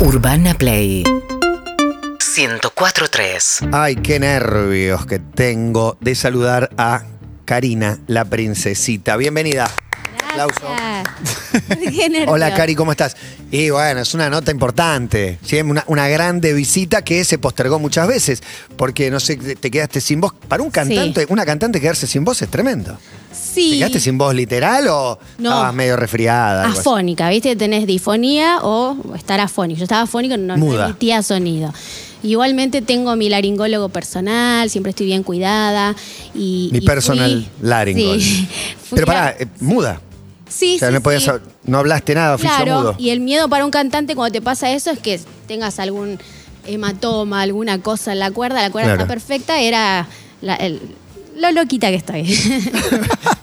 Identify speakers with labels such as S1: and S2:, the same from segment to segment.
S1: Urbana Play 1043.
S2: Ay, qué nervios que tengo de saludar a Karina, la princesita. Bienvenida. Aplauso.
S3: Ah, Qué nervios.
S2: Hola, Cari, ¿cómo estás? Y bueno, es una nota importante. ¿sí? Una, una grande visita que se postergó muchas veces. Porque, no sé, te te quedaste sin voz. Para un cantante, una cantante quedarse sin voz es tremendo. ¿Te
S3: Sí.
S2: quedaste sin voz literal o
S3: No.
S2: estabas medio resfriada? algo así?
S3: Afónica, ¿viste? Tenés difonía o estar afónico. Yo estaba afónico, no
S2: Muda.
S3: emitía sonido. Igualmente tengo mi laringólogo personal, siempre estoy bien cuidada. Y,
S2: Mi
S3: y
S2: personal
S3: fui-
S2: laringol.
S3: Sí. Fui
S2: Pero
S3: la-
S2: pará, eh, muda.
S3: Sí,
S2: O sea,
S3: sí,
S2: no, podías
S3: sí.
S2: hab- no hablaste nada, oficio
S3: Claro,
S2: mudo.
S3: y el miedo para un cantante cuando te pasa eso es que tengas algún hematoma, alguna cosa en la cuerda, la cuerda
S2: Claro.
S3: está perfecta, era la- el- lo loquita que estoy.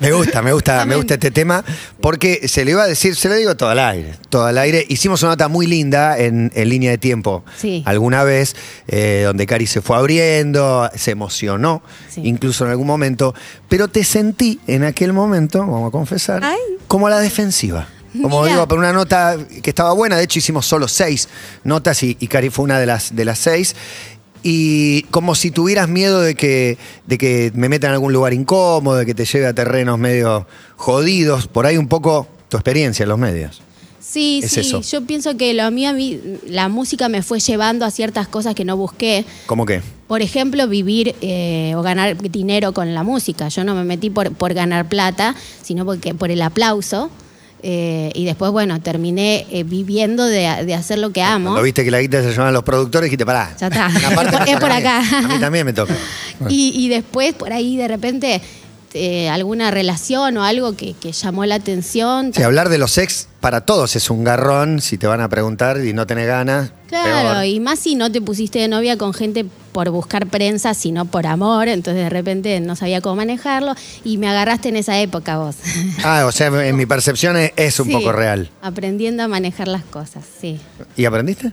S2: Me gusta, me gusta, me
S3: Exactamente.
S2: gusta este tema porque se le iba a decir, se lo digo todo al aire, todo al aire. Hicimos una nota muy linda en, en línea de tiempo
S3: Sí.
S2: alguna vez, eh, donde Cari se fue abriendo, se emocionó,
S3: Sí.
S2: incluso en algún momento, pero te sentí en aquel momento, vamos a confesar,
S3: Ay.
S2: como a la defensiva. Como
S3: Mirá.
S2: digo, por una nota que estaba buena, de hecho hicimos solo seis notas y, y Cari fue una de las, de las seis. Y como si tuvieras miedo de que, de que me metan en algún lugar incómodo, de que te lleve a terrenos medio jodidos, por ahí un poco tu experiencia en los medios.
S3: Sí,
S2: Es
S3: sí,
S2: eso.
S3: yo pienso que lo mío, a mí, la música me fue llevando a ciertas cosas que no busqué.
S2: ¿Cómo qué?
S3: Por ejemplo, vivir eh, o ganar dinero con la música. Yo no me metí por, por ganar plata, sino porque por el aplauso. Eh, y después, bueno, terminé eh, viviendo de, de hacer lo que amo.
S2: Cuando viste que la guita se llamaban los productores, dijiste, pará.
S3: Ya está.
S2: una parte
S3: Es
S2: me
S3: por
S2: toca a mí.
S3: acá.
S2: A mí también me toca.
S3: Y, y después, por ahí, de repente, eh, alguna relación o algo que, que llamó la atención.
S2: Sí, hablar de los ex para todos es un garrón. Si te van a preguntar y no tenés ganas.
S3: Claro,
S2: peor.
S3: y más si no te pusiste de novia con gente por buscar prensa, sino por amor, entonces de repente no sabía cómo manejarlo y me agarraste en esa época vos.
S2: Ah, o sea, en mi percepción es, es un
S3: Sí,
S2: poco real.
S3: Aprendiendo a manejar las cosas, sí.
S2: ¿Y aprendiste?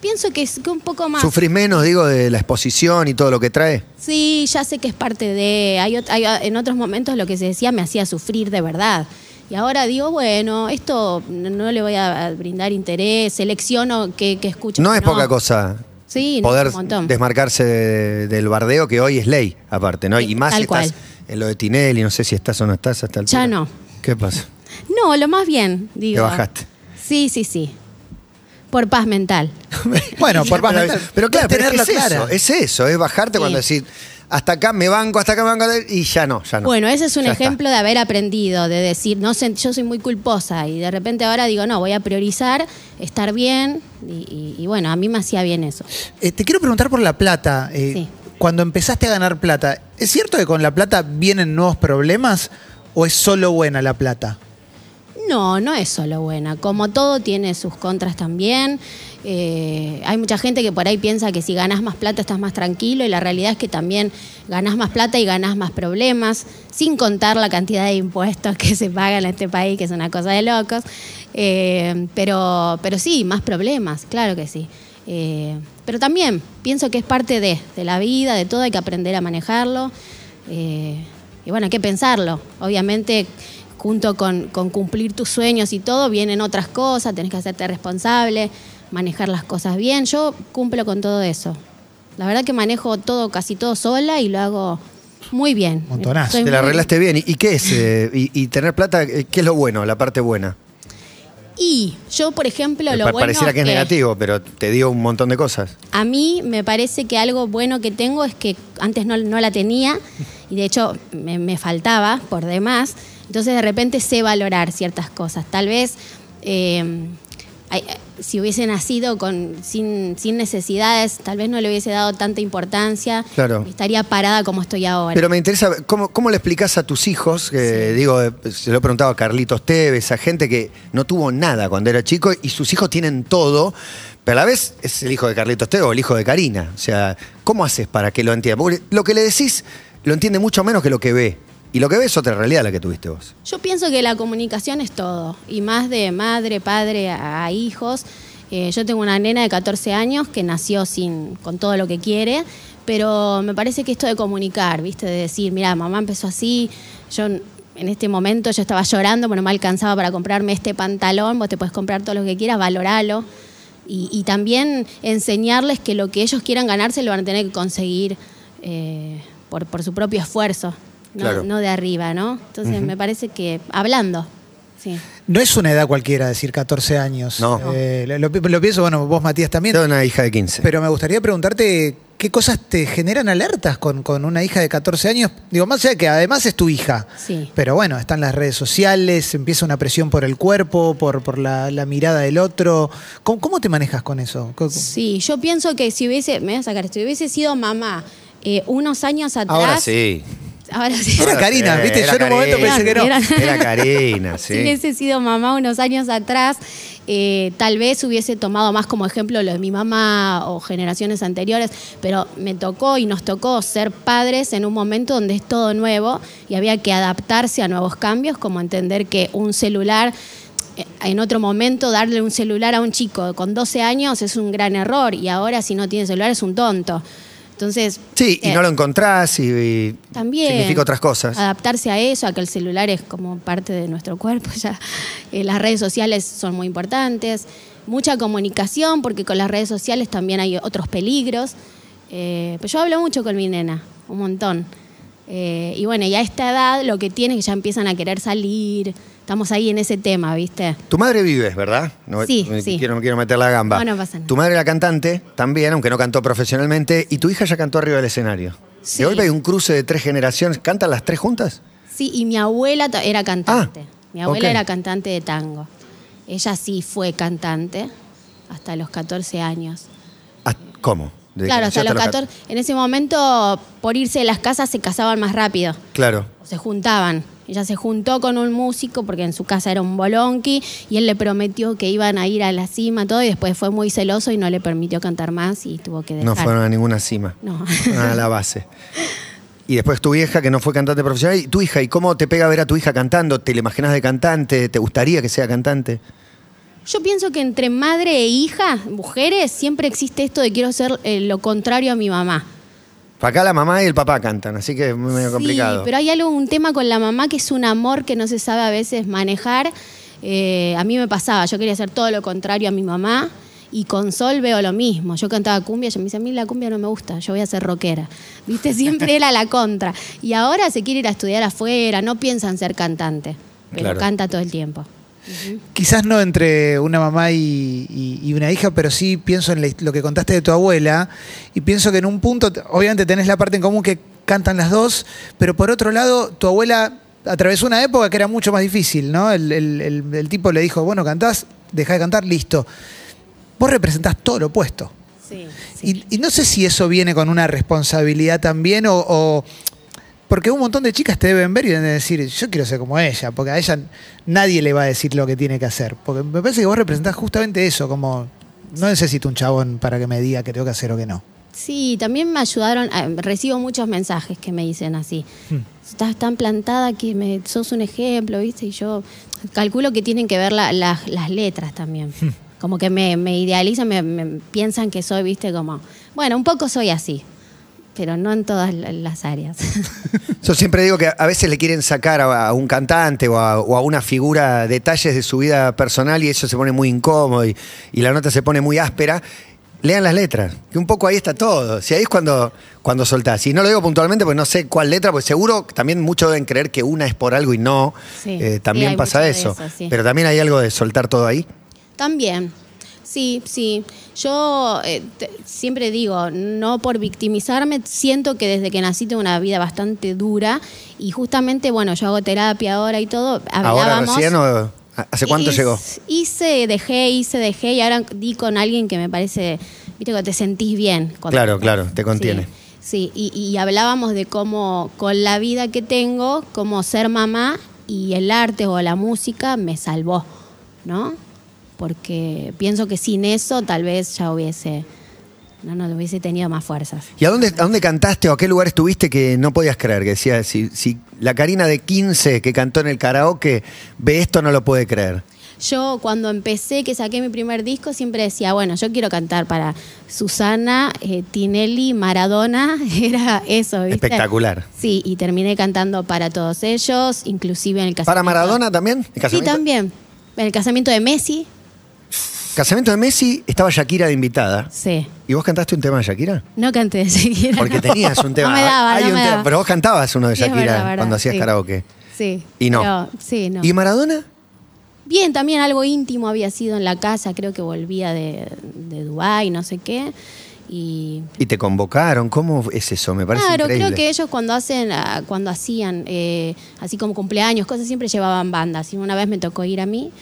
S3: Pienso que es que un poco más.
S2: ¿Sufrís menos, digo, de la exposición y todo lo que trae?
S3: Sí, ya sé que es parte de. Hay, ot- hay- en otros momentos lo que se decía me hacía sufrir de verdad. Y ahora digo, bueno, esto no, no le voy a brindar interés, selecciono que, escucho.
S2: No
S3: qué
S2: es poca cosa.
S3: Sí, no,
S2: poder
S3: un montón.
S2: desmarcarse de- del bardeo que hoy es ley, aparte, ¿no? Y más
S3: Tal
S2: si estás
S3: cual.
S2: en lo de Tinelli, no sé si estás o no estás hasta el
S3: Ya no.
S2: ¿Qué pasa?
S3: No, lo más bien, digo.
S2: Te bajaste.
S3: Sí, sí, sí. Por paz mental.
S2: Bueno, por
S4: más
S2: pero,
S4: mental.
S2: pero claro, pero es,
S4: Tenerlo
S2: que es
S4: clara.
S2: eso, es eso, es bajarte
S3: Sí.
S2: cuando decís, hasta acá me banco, hasta acá me banco, y ya no, ya no.
S3: Bueno, ese es un
S2: Ya
S3: ejemplo de haber aprendido, de decir, no sé, yo soy muy culposa y de repente ahora digo, no, voy a priorizar, estar bien y, y- y bueno, a mí me hacía bien eso.
S4: Eh, te quiero preguntar por la plata. Eh,
S3: Sí.
S4: Cuando empezaste a ganar plata, ¿es cierto que con la plata vienen nuevos problemas o es solo buena la plata?
S3: No, no es solo buena. Como todo tiene sus contras también. Eh, hay mucha gente que por ahí piensa que si ganás más plata estás más tranquilo y la realidad es que también ganás más plata y ganás más problemas, sin contar la cantidad de impuestos que se pagan en este país, que es una cosa de locos. Eh, pero, pero sí, más problemas, claro que sí. Eh, pero también pienso que es parte de, de la vida, de todo, hay que aprender a manejarlo. Eh, y bueno, hay que pensarlo. Obviamente, junto con, con cumplir tus sueños y todo, vienen otras cosas, tenés que hacerte responsable, manejar las cosas bien. Yo cumplo con todo eso. La verdad que manejo todo, casi todo sola y lo hago muy bien.
S4: Montonazo.
S3: Soy
S2: Te la
S3: muy-
S2: arreglaste bien. ¿Y, y qué es? eh, y, y tener plata, eh, ¿qué es lo bueno, la parte buena?
S3: Y yo, por ejemplo,
S2: Eh,
S3: lo
S2: pa-
S3: bueno
S2: pareciera que es
S3: que-
S2: negativo, pero te dio un montón de cosas.
S3: A mí me parece que algo bueno que tengo es que antes no, no la tenía y de hecho me, me faltaba por demás. Entonces de repente sé valorar ciertas cosas. Tal vez eh, ay- si hubiese nacido con, sin, sin necesidades, tal vez no le hubiese dado tanta importancia.
S2: Claro.
S3: Estaría parada como estoy ahora.
S2: Pero me interesa, ver, ¿cómo, cómo le explicás a tus hijos? que, Digo, eh, se lo he preguntado a Carlitos Tevez, a gente que no tuvo nada cuando era chico y sus hijos tienen todo, pero a la vez es el hijo de Carlitos Tevez o el hijo de Karina. O sea, ¿cómo haces para que lo entienda? Porque lo que le decís lo entiende mucho menos que lo que ve. Y lo que ve es otra realidad la que tuviste vos.
S3: Yo pienso que la comunicación es todo, y más de madre, padre a, a hijos. Eh, yo tengo una nena de 14 años que nació sin, con todo lo que quiere, pero me parece que esto de comunicar, ¿viste? De decir, mira, mamá empezó así, yo n- en este momento yo estaba llorando, pero no me alcanzaba para comprarme este pantalón, vos te puedes comprar todo lo que quieras, valoralo. y, y también enseñarles que lo que ellos quieran ganarse lo van a tener que conseguir eh, por, por su propio esfuerzo, no,
S2: Claro.
S3: no de arriba, ¿no? Entonces me parece que hablando, sí.
S4: No es una edad cualquiera decir 14 años.
S2: No.
S4: Eh, lo, lo pienso, bueno, vos Matías también.
S2: Tengo una hija de 15.
S4: Pero me gustaría preguntarte qué cosas te generan alertas con, con una hija de 14 años. Digo, más allá de que además es tu hija.
S3: Sí.
S4: Pero bueno, están las redes sociales, empieza una presión por el cuerpo, por, por la, la mirada del otro. ¿Cómo, cómo te manejas con eso? Co-
S3: Sí, yo pienso que si hubiese, me voy a sacar esto, si hubiese sido mamá eh, unos años atrás.
S2: Ahora sí.
S3: Ahora sí.
S4: Era Karina,
S2: sí,
S4: ¿viste?
S2: era
S4: Yo en un momento
S2: Karina.
S4: pensé que no.
S2: Era Karina, sí.
S3: Si hubiese sido mamá unos años atrás, eh, tal vez hubiese tomado más como ejemplo lo de mi mamá o generaciones anteriores, pero me tocó y nos tocó ser padres en un momento donde es todo nuevo y había que adaptarse a nuevos cambios, como entender que un celular... eh, En otro momento, darle un celular a un chico con 12 años es un gran error y ahora si no tiene celular es un tonto. Entonces,
S2: Sí, y
S3: eh,
S2: no lo encontrás y, y
S3: también
S2: significa otras cosas.
S3: Adaptarse a eso, a que el celular es como parte de nuestro cuerpo ya. Eh, las redes sociales son muy importantes. Mucha comunicación, porque con las redes sociales también hay otros peligros. Eh, pero yo hablo mucho con mi nena, un montón. Eh, y bueno, y a esta edad lo que tiene es que ya empiezan a querer salir. Estamos ahí en ese tema, ¿viste?
S2: Tu madre vives, ¿verdad? No,
S3: Sí,
S2: me-
S3: sí.
S2: Quiero, me quiero meter la gamba.
S3: No, no pasa nada.
S2: Tu madre era cantante también, aunque no cantó profesionalmente, y tu hija ya cantó arriba del escenario.
S3: Sí.
S2: De golpe hay un cruce de tres generaciones. ¿Cantan las tres juntas?
S3: Sí, y mi abuela ta- era cantante.
S2: Ah,
S3: mi abuela
S2: ok.
S3: era cantante de tango. Ella sí fue cantante hasta los 14 años.
S2: Ah, ¿Cómo? De
S3: Claro, hasta
S2: generación
S3: los
S2: cat-
S3: 14. En ese momento, por irse de las casas, se casaban más rápido.
S2: Claro.
S3: Se juntaban. Ella se juntó con un músico porque en su casa era un bolonqui y él le prometió que iban a ir a la cima, todo, y después fue muy celoso y no le permitió cantar más y tuvo que dejar.
S2: No fueron a ninguna cima.
S3: No.
S2: A la base. Y después tu vieja, que no fue cantante profesional, y tu hija, ¿y cómo te pega ver a tu hija cantando? ¿Te la imaginas de cantante? ¿Te gustaría que sea cantante?
S3: Yo pienso que entre madre e hija, mujeres, siempre existe esto de quiero ser eh, lo contrario a mi mamá.
S2: Acá la mamá y el papá cantan, así que es muy medio complicado.
S3: Sí, pero hay algo, un tema con la mamá que es un amor que no se sabe a veces manejar. Eh, a mí me pasaba, yo quería hacer todo lo contrario a mi mamá y con Sol veo lo mismo. Yo cantaba cumbia, yo me dice, a mí la cumbia no me gusta, yo voy a ser rockera. Viste, siempre era la contra. Y ahora se quiere ir a estudiar afuera, no piensan ser cantante, pero
S2: Claro.
S3: canta todo el tiempo.
S4: Quizás no entre una mamá y, y- y una hija, pero sí pienso en la- lo que contaste de tu abuela y pienso que en un punto, t- obviamente tenés la parte en común que cantan las dos, pero por otro lado, tu abuela atravesó una época que era mucho más difícil, ¿no? El, el- el- el tipo le dijo, bueno, cantás, dejá de cantar, listo. Vos representás todo lo opuesto.
S3: Sí,
S4: Y, y no sé si eso viene con una responsabilidad también o, o- Porque un montón de chicas te deben ver y deben decir, yo quiero ser como ella, porque a ella nadie le va a decir lo que tiene que hacer. Porque me parece que vos representás justamente eso, como no necesito un chabón para que me diga que tengo que hacer o que no.
S3: Sí, también me ayudaron. ah, Recibo muchos mensajes que me dicen así. Estás tan plantada que me, sos un ejemplo, ¿viste? Y yo calculo que tienen que ver la- la- las letras también. Como que me, me idealizan, me, me piensan que soy, ¿viste? Como, bueno, un poco soy así, pero no en todas la- las áreas.
S2: Yo siempre digo que a veces le quieren sacar a a un cantante o a, o a una figura detalles de su vida personal y eso se pone muy incómodo y, y la nota se pone muy áspera. Lean las letras, que un poco ahí está todo. Si ahí es cuando, cuando soltás. Y no lo digo puntualmente porque no sé cuál letra, porque seguro también muchos deben creer que una es por algo y no.
S3: Sí.
S2: Eh,
S3: Sí,
S2: también
S3: hay
S2: pasa
S3: mucho de
S2: eso.
S3: eso, sí.
S2: Pero también hay algo de soltar todo ahí.
S3: También. Sí, sí. Yo eh, te- siempre digo, no por victimizarme, siento que desde que nací tengo una vida bastante dura y justamente, bueno, yo hago terapia ahora y todo.
S2: Ahora
S3: Hablábamos.
S2: recién o hace cuánto
S3: Hice-
S2: llegó.
S3: Hice, dejé, hice, dejé y ahora di con alguien que me parece, viste, que te sentís bien. cuando-
S2: Claro, claro, te contiene.
S3: Sí, sí, y, y hablábamos de cómo con la vida que tengo, como ser mamá y el arte o la música me salvó, ¿no? Porque pienso que sin eso tal vez ya hubiese, no, no hubiese tenido más fuerzas.
S2: ¿Y a dónde, a dónde cantaste o a qué lugar estuviste que no podías creer? Que decía, si, si la Karina de 15 que cantó en el karaoke ve esto, no lo puede creer.
S3: Yo cuando empecé, que saqué mi primer disco, siempre decía, bueno, yo quiero cantar para Susana, eh, Tinelli, Maradona, era eso. ¿viste?
S2: Espectacular.
S3: Sí, y terminé cantando para todos ellos, inclusive en el casamiento.
S2: ¿Para Maradona también? ¿El
S3: Sí,
S2: casamiento?
S3: también. En el casamiento de Messi.
S2: casamiento de Messi estaba Shakira de invitada.
S3: Sí.
S2: ¿Y vos cantaste un tema de Shakira?
S3: No canté de Shakira.
S2: Porque
S3: no.
S2: tenías un tema. ¿eh?
S3: No me daba,
S2: Hay
S3: no
S2: un
S3: me
S2: tema,
S3: daba.
S2: Pero vos cantabas uno de
S3: Sí, es
S2: Shakira
S3: verdad, verdad,
S2: cuando hacías
S3: sí.
S2: karaoke.
S3: Sí.
S2: Y no.
S3: Pero, sí, no.
S2: ¿Y Maradona?
S3: Bien, también algo íntimo había sido en la casa, creo que volvía de, de Dubái, no sé qué. Y
S2: ¿Y te convocaron? ¿Cómo es eso? Me parece
S3: claro,
S2: increíble.
S3: creo que ellos cuando hacen, ah, cuando hacían, eh, así como cumpleaños, cosas, siempre llevaban bandas. Y una vez me tocó ir a mí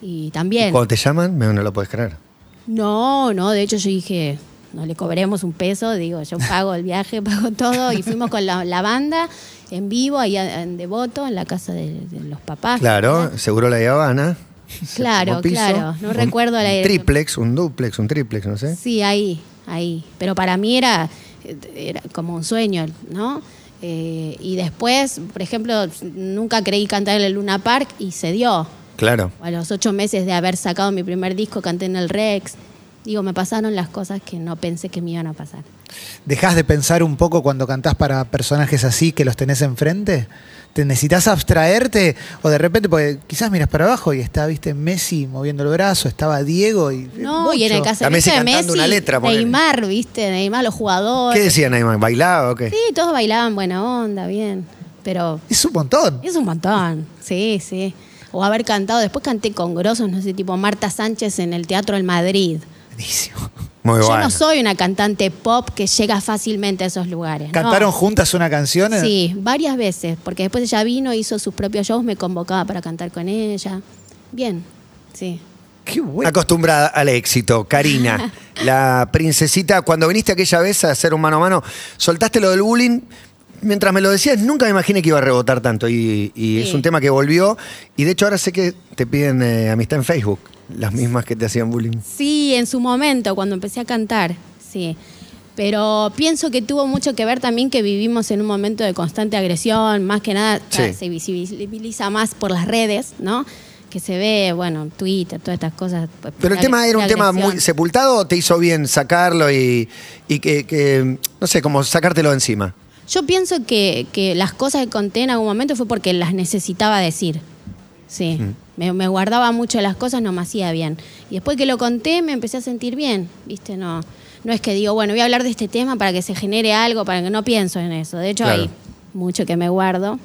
S3: y
S2: ¿Y
S3: también.
S2: cuando te llaman, no no lo puedes creer.
S3: No, no, de hecho yo dije, no le cobremos un peso, digo, yo pago el viaje, pago todo, y fuimos con la, la banda en vivo, ahí a- en Devoto, en la casa de, de los papás.
S2: Claro, seguro la de Habana.
S3: Claro,
S2: Séptimo piso,
S3: claro, no recuerdo la-
S2: Un triplex, un duplex, un triplex, no sé.
S3: Sí, ahí, ahí. Pero para mí era, era como un sueño, ¿no? Eh, y después, por ejemplo, nunca creí cantar en el Luna Park y se dio.
S2: Claro.
S3: A los ocho meses de haber sacado mi primer disco, canté en el Rex. Digo, me pasaron las cosas que no pensé que me iban a pasar.
S4: ¿Dejás de pensar un poco cuando cantás para personajes así que los tenés enfrente? ¿Te necesitas abstraerte? O de repente, porque quizás miras para abajo y está, viste, Messi moviendo el brazo, estaba Diego y.
S3: No,
S4: mucho.
S3: y en el caso
S2: A Messi
S3: de Messi,
S2: cantando una letra, ponele.
S3: Neymar, ¿viste? Neymar, los
S2: ¿Qué
S3: jugadores.
S2: decía Neymar? ¿Bailaba o qué?
S3: Oh, Sí, todos bailaban buena onda, bien. Pero
S4: Es un montón.
S3: es un montón, sí, sí. O haber cantado, después canté con grosos, no sé, tipo Marta Sánchez en el Teatro del Madrid.
S4: Buenísimo.
S2: Muy
S3: Yo
S2: bueno.
S3: no soy una cantante pop que llega fácilmente a esos lugares. no.
S4: ¿Cantaron juntas una canción?
S3: Sí, varias veces, porque después ella vino, hizo sus propios shows, me convocaba para cantar con ella. Bien, sí.
S4: Qué bueno.
S2: Acostumbrada al éxito, Karina, la princesita, cuando viniste aquella vez a hacer un mano a mano, soltaste lo del bullying. Mientras me lo decías, nunca me imaginé que iba a rebotar tanto. Y, y es
S3: Sí.
S2: un tema que volvió. Y de hecho, ahora sé que te piden eh, amistad en Facebook, las mismas que te hacían bullying.
S3: Sí, en su momento, cuando empecé a cantar, sí. Pero pienso que tuvo mucho que ver también que vivimos en un momento de constante agresión, más que nada
S2: Sí.
S3: ah, se visibiliza más por las redes, ¿no? Que se ve, bueno, Twitter, todas estas cosas. pues,
S2: Pero el
S3: la
S2: tema
S3: agres-
S2: era un
S3: la
S2: tema
S3: agresión.
S2: muy sepultado o te hizo bien sacarlo y, y que, que, no sé, como sacártelo de encima.
S3: Yo pienso que, que las cosas que conté en algún momento fue porque las necesitaba decir. Sí, me, me guardaba mucho las cosas, no me hacía bien. Y después que lo conté, me empecé a sentir bien, ¿viste? No, no es que digo, bueno, voy a hablar de este tema para que se genere algo, para que no pienso en eso. De hecho,
S2: Claro.
S3: hay mucho que me guardo,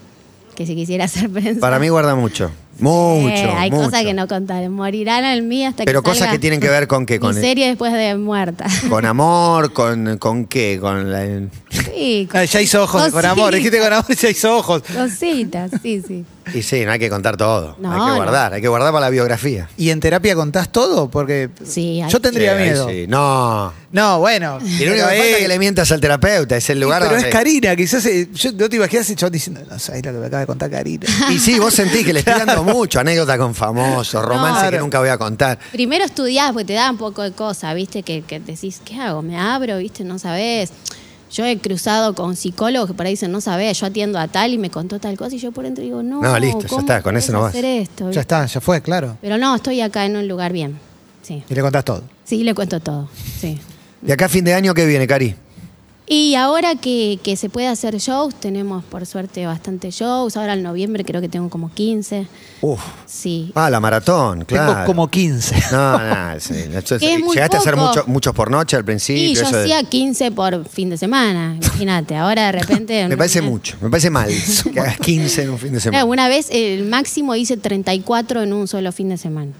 S3: que si quisiera hacer prensa.
S2: Para mí guarda mucho.
S3: Eh,
S2: Mucho.
S3: hay
S2: mucho.
S3: cosas que no contaré, morirán al mí hasta
S2: Pero
S3: que salga
S2: cosas que tienen que ver con qué,
S3: mi
S2: con,
S3: serie después de muerta.
S2: con amor, con, con qué, con la-
S3: sí,
S4: Ah, ya hizo ojos, con amor.
S3: cositas,
S4: Dijiste con amor, ya hizo ojos.
S3: Cositas, sí, sí.
S2: Y sí, no hay que contar todo.
S3: No,
S2: hay que
S3: no.
S2: guardar, hay que guardar para la biografía.
S4: ¿Y en terapia contás todo? Porque
S3: Sí, hay-
S4: yo tendría
S2: Sí, ahí
S4: miedo.
S2: sí. No.
S4: No, bueno.
S2: Y lo único que
S4: pero,
S2: falta
S4: eh,
S2: es que le mientas al terapeuta, es el lugar
S4: pero
S2: donde.
S4: es Karina, quizás eh, yo no te imaginas ese chabón diciendo, no sabés lo que me acaba de contar Karina.
S2: Y sí, vos sentís que le estoy dando mucho, anécdota con famosos, romance que
S4: Claro.
S2: nunca voy a contar.
S3: Primero estudiás porque te da un poco de cosa, ¿viste? Que, que decís, ¿qué hago? ¿Me abro? ¿Viste? No sabés. Yo he cruzado con psicólogos que por ahí dicen, no sabés, yo atiendo a tal y me contó tal cosa y yo por dentro digo, no.
S2: No, listo, ya
S3: ¿cómo
S2: está, con eso no
S3: podés
S2: vas.
S3: hacer esto?
S4: ya
S3: ¿viste?
S4: está, ya fue, claro.
S3: Pero no, estoy acá en un lugar bien. Sí,
S4: Y le contás todo.
S3: sí, le cuento todo. Sí.
S2: De acá a fin de año, ¿qué viene, Cari?
S3: Y ahora que, que se puede hacer shows, tenemos por suerte bastante shows. Ahora en noviembre creo que tengo como 15.
S2: Uf.
S3: Sí.
S2: Ah, la maratón, claro.
S4: Tengo como 15.
S2: No, no, sí. Yo-
S3: Que es muy
S2: Llegaste a hacer
S3: poco.
S2: mucho- muchos por noche al principio.
S3: Y yo
S2: eso de-
S3: hacía 15 por fin de semana, imagínate. Ahora de repente...
S2: Me parece
S3: no-
S2: mucho, me parece mal que hagas 15 en un fin de semana.
S3: Claro, una vez el máximo hice 34 en un solo fin de semana.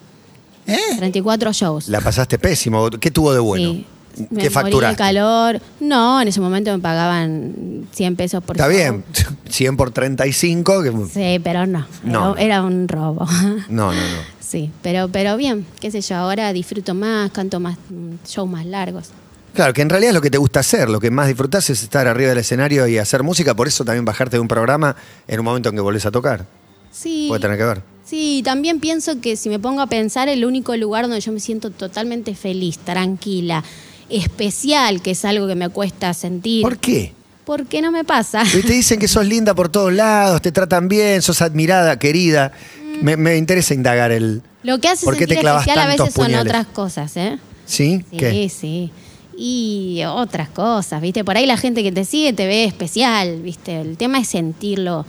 S4: ¿Eh?
S3: 34 shows.
S2: La pasaste pésimo. ¿Qué tuvo de bueno?
S3: Sí. Me
S2: ¿Qué
S3: morí de
S2: facturaste?
S3: calor. No, en ese momento me pagaban 100 pesos por
S2: Está
S3: show.
S2: bien, 100 por 35. que-
S3: Sí, pero no.
S2: No.
S3: Era, era un robo.
S2: No, no, no.
S3: sí, pero, pero bien, qué sé yo, ahora disfruto más, canto más mm, shows más largos.
S2: Claro, que en realidad es lo que te gusta hacer, lo que más disfrutás es estar arriba del escenario y hacer música, por eso también bajarte de un programa en un momento en que volvés a tocar.
S3: Sí.
S2: Puede tener que ver.
S3: Sí, también pienso que si me pongo a pensar, el único lugar donde yo me siento totalmente feliz, tranquila, especial, que es algo que me cuesta sentir.
S2: ¿Por qué?
S3: ¿Por qué no me pasa?
S2: Y te dicen que sos linda por todos lados, te tratan bien, sos admirada, querida.
S3: Mm.
S2: Me, me interesa indagar el...
S3: Lo que hace
S2: ¿Por qué
S3: sentir
S2: te clavas
S3: especial a
S2: tantos
S3: veces son
S2: puñales?
S3: otras cosas, ¿eh?
S2: ¿Sí?
S3: Sí,
S2: ¿Qué?
S3: sí. Y otras cosas, ¿viste? Por ahí la gente que te sigue te ve especial, ¿viste? El tema es sentirlo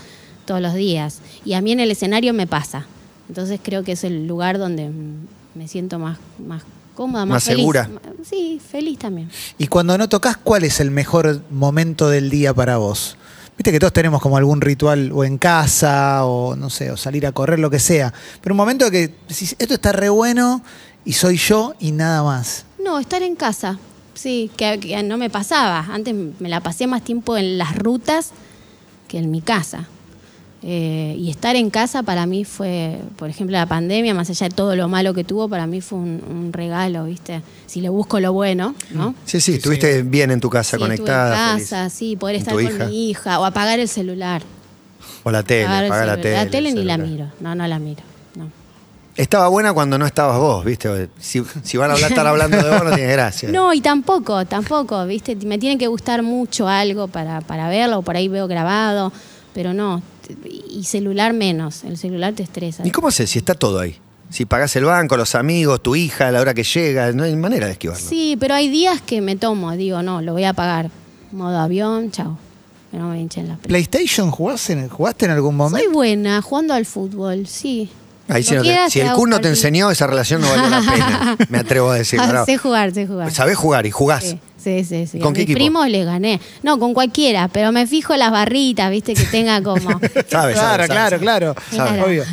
S3: todos los días. Y a mí en el escenario me pasa. Entonces creo que es el lugar donde mm, me siento más, más cómoda, más,
S2: Más
S3: feliz.
S2: segura.
S3: Sí, feliz también.
S4: Y cuando no tocas, ¿cuál es el mejor momento del día para vos? Viste que todos tenemos como algún ritual o en casa o no sé, o salir a correr, lo que sea. Pero un momento que decís, esto está re bueno y soy yo y nada más.
S3: No, estar en casa. Sí, que, que no me pasaba. Antes me la pasé más tiempo en las rutas que en mi casa. Eh, y estar en casa para mí fue, por ejemplo, la pandemia, más allá de todo lo malo que tuvo, para mí fue un, un regalo, ¿viste? Si le busco lo bueno, ¿no?
S2: Sí, sí, estuviste bien en tu casa,
S3: Sí,
S2: Mm. conectada.
S3: estuve en casa,
S2: feliz.
S3: sí, poder
S2: Con
S3: estar
S2: tu
S3: con
S2: hija.
S3: mi hija o apagar el celular.
S2: O la tele,
S3: apagar el
S2: apagar la
S3: celular.
S2: tele.
S3: La tele ni la
S2: celular.
S3: miro, no, no la miro. No.
S2: Estaba buena cuando no estabas vos, ¿viste? Si, si van a hablar, estar hablando de vos no tiene gracia.
S3: No, y tampoco, tampoco, ¿viste? Me tiene que gustar mucho algo para, para verlo, por ahí veo grabado, pero no. Y celular menos, el celular te estresa.
S2: ¿Y cómo haces si está todo ahí? Si pagás el banco, los amigos, tu hija, la hora que llega, no hay manera de esquivarlo.
S3: Sí, pero hay días que me tomo, digo, no, lo voy a pagar. Modo avión, chao. Que no me hinchen las pelotas.
S4: ¿PlayStation jugás en- jugaste en algún momento?
S3: Soy buena jugando al fútbol, sí.
S2: Ahí si,
S3: Lo
S2: no te-
S3: quieras,
S2: si el
S3: hago
S2: Kun no te
S3: partid-
S2: enseñó, esa relación no valió la pena. Me atrevo a decir.
S3: Ah,
S2: ¿verdad?
S3: sé jugar, sé jugar.
S2: Sabés jugar y jugás.
S3: Sí, sí, sí. sí.
S2: Pues ¿Con
S3: A
S2: qué
S3: mis
S2: equipo?
S3: primos les gané. No, con cualquiera, pero me fijo las barritas, viste, que tenga como...
S2: Sabe, sabe, sabe,
S4: claro, claro,
S2: sabe.
S4: claro,
S3: Claro.
S4: Obvio.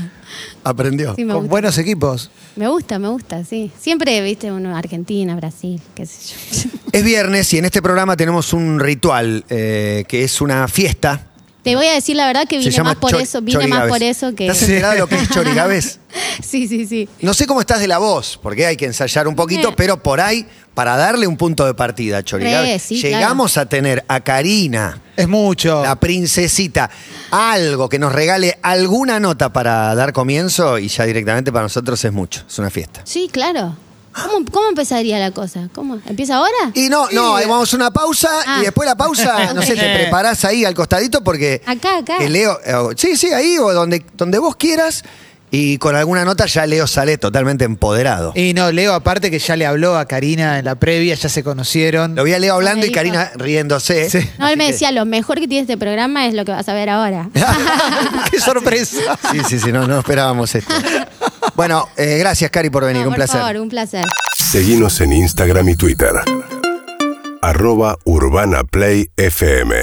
S2: Aprendió.
S3: Sí, me
S4: Con
S3: gusta.
S4: buenos equipos.
S3: Me gusta, me gusta, sí. Siempre, viste, uno Argentina, Brasil, qué sé yo.
S2: Es viernes y en este programa tenemos un ritual eh, que es una fiesta.
S3: Te voy a decir la verdad que
S2: Se
S3: vine
S2: llama
S3: más por
S2: chor-
S3: eso, vine más
S2: chorigabes.
S3: por eso que...
S2: ¿Estás enterado de lo que es chorigabes?
S3: Sí, sí, sí.
S2: No sé cómo estás de la voz, porque hay que ensayar un poquito,
S3: Eh.
S2: pero por ahí, para darle un punto de partida, Chorigabes,
S3: Re, sí, claro.
S2: llegamos a tener a Karina,
S4: Es mucho.
S2: la princesita, algo que nos regale alguna nota para dar comienzo y ya directamente para nosotros es mucho, es una fiesta.
S3: Sí, claro. ¿Cómo, cómo empezaría la cosa? ¿Cómo? ¿Empieza ahora?
S2: Y no, no, ahí vamos a una pausa
S3: Ah.
S2: y después la pausa, no sé, te preparás ahí al costadito porque...
S3: Acá, acá.
S2: que Leo, eh, o- sí, sí, ahí o donde, donde vos quieras y con alguna nota ya Leo sale totalmente empoderado.
S3: Eh,
S4: Y no, Leo, aparte que ya le habló a Karina en la previa, ya se conocieron.
S2: Lo vi a Leo hablando y
S3: dijo.
S2: Karina riéndose.
S4: Sí.
S3: No, él me decía, lo mejor que tiene este programa es lo que vas a ver ahora.
S4: ¡Qué sorpresa!
S2: Sí, sí, sí, no, no esperábamos esto. Bueno, eh, gracias, Cari, por venir.
S3: No,
S2: un
S3: por
S2: placer.
S3: favor, un placer.
S1: Seguinos en Instagram y Twitter. Arroba Urbana Play FM.